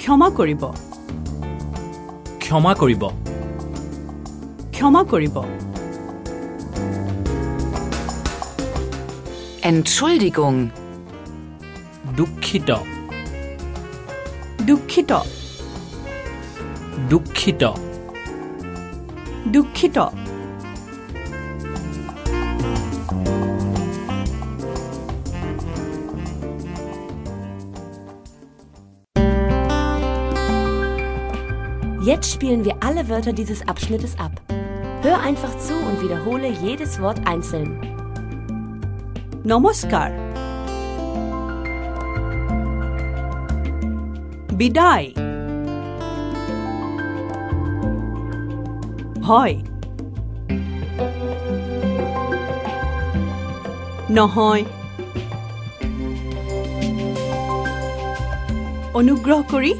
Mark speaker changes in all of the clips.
Speaker 1: ক্ষমা কৰিব
Speaker 2: ক্ষমা কৰিব
Speaker 1: ক্ষমা কৰিব
Speaker 3: Entschuldigung.
Speaker 2: দুখিত
Speaker 1: দুখিত
Speaker 2: দুখিত
Speaker 1: দুখিত
Speaker 4: Jetzt spielen wir alle Wörter dieses Abschnittes ab. Hör einfach zu und wiederhole jedes Wort einzeln.
Speaker 1: নমস্কাৰ বিদায় হয় নহয় অনুগ্ৰহ কৰি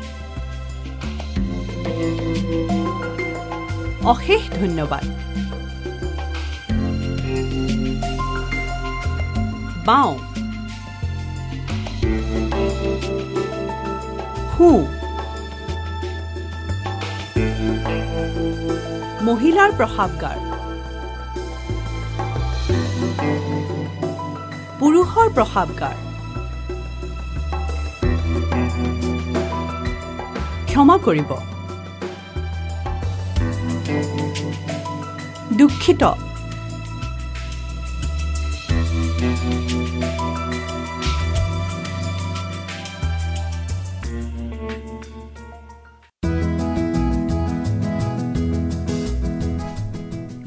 Speaker 1: অশেষ ধন্যবাদ বাওঁ সু মহিলাৰ প্ৰসাৱগাৰ পুৰুষৰ প্ৰসাৱগাৰ ক্ষমা কৰিব দুখিত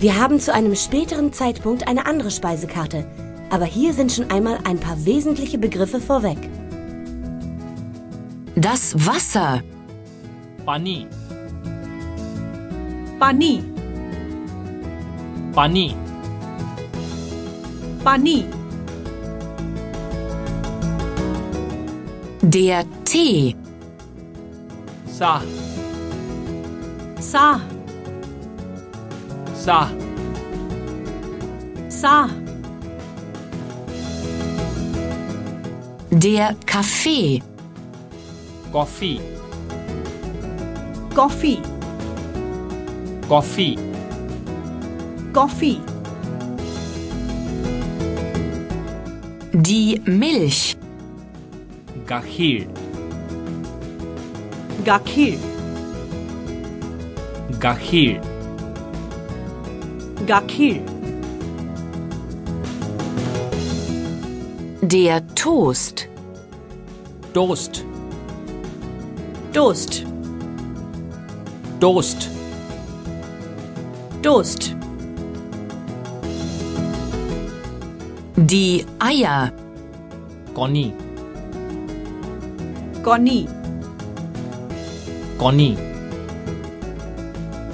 Speaker 4: Wir haben zu einem späteren Zeitpunkt eine andere Speisekarte, aber hier sind schon einmal ein paar wesentliche Begriffe vorweg.
Speaker 3: Das Wasser.
Speaker 2: পানী
Speaker 1: পানী
Speaker 2: পানী
Speaker 1: পানী
Speaker 3: Der Tee.
Speaker 2: চাহ
Speaker 1: চাহ
Speaker 2: চাহ
Speaker 1: চাহ
Speaker 3: Der Kaffee.
Speaker 2: কফি
Speaker 1: কফি
Speaker 2: কফি
Speaker 1: কফি
Speaker 3: Die Milch.
Speaker 2: গাখীৰ
Speaker 1: গাখীৰ
Speaker 2: গাখীৰ
Speaker 1: গাখীৰ
Speaker 3: Der Toast.
Speaker 2: টোষ্ট
Speaker 1: টোষ্ট
Speaker 2: টোষ্ট
Speaker 1: টোষ্ট
Speaker 3: Die Eier.
Speaker 2: কণী
Speaker 1: কণী
Speaker 2: কণী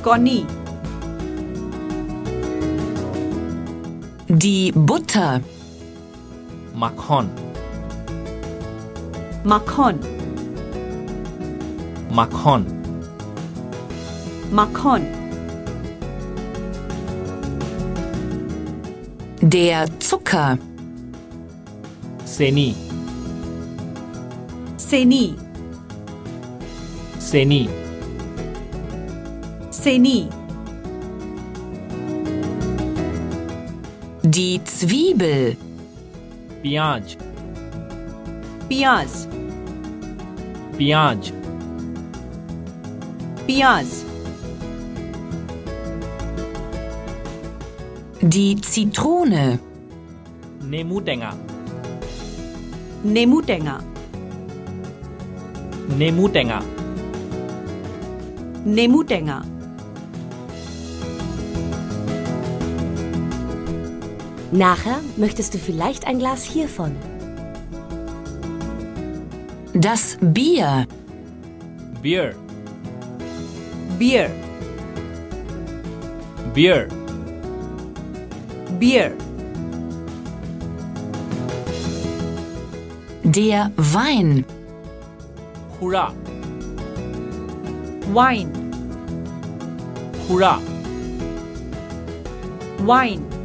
Speaker 1: কণী
Speaker 3: Die Butter.
Speaker 2: মাখন
Speaker 1: মাখন
Speaker 2: মাখন
Speaker 1: মাখন
Speaker 3: Der Zucker.
Speaker 2: চেনি
Speaker 1: চেনি
Speaker 2: চেনি
Speaker 1: চেনি
Speaker 3: Die Zwiebel.
Speaker 2: পিঁয়াজ
Speaker 1: পিঁয়াজ
Speaker 2: পিঁয়াজ
Speaker 1: পিঁয়াজ
Speaker 3: Die Zitrone.
Speaker 2: নেমু টেঙা
Speaker 1: নেমু টেঙা
Speaker 2: নেমু টেঙা
Speaker 1: নেমু টেঙা
Speaker 4: Nachher möchtest du vielleicht ein Glas hiervon.
Speaker 3: Das Bier.
Speaker 2: বিয়েৰ
Speaker 1: বিয়েৰ
Speaker 2: বিয়েৰ
Speaker 1: বিয়েৰ
Speaker 3: Der Wein.
Speaker 2: সুৰা
Speaker 1: ৱাইন
Speaker 2: সুৰা
Speaker 1: ৱাইন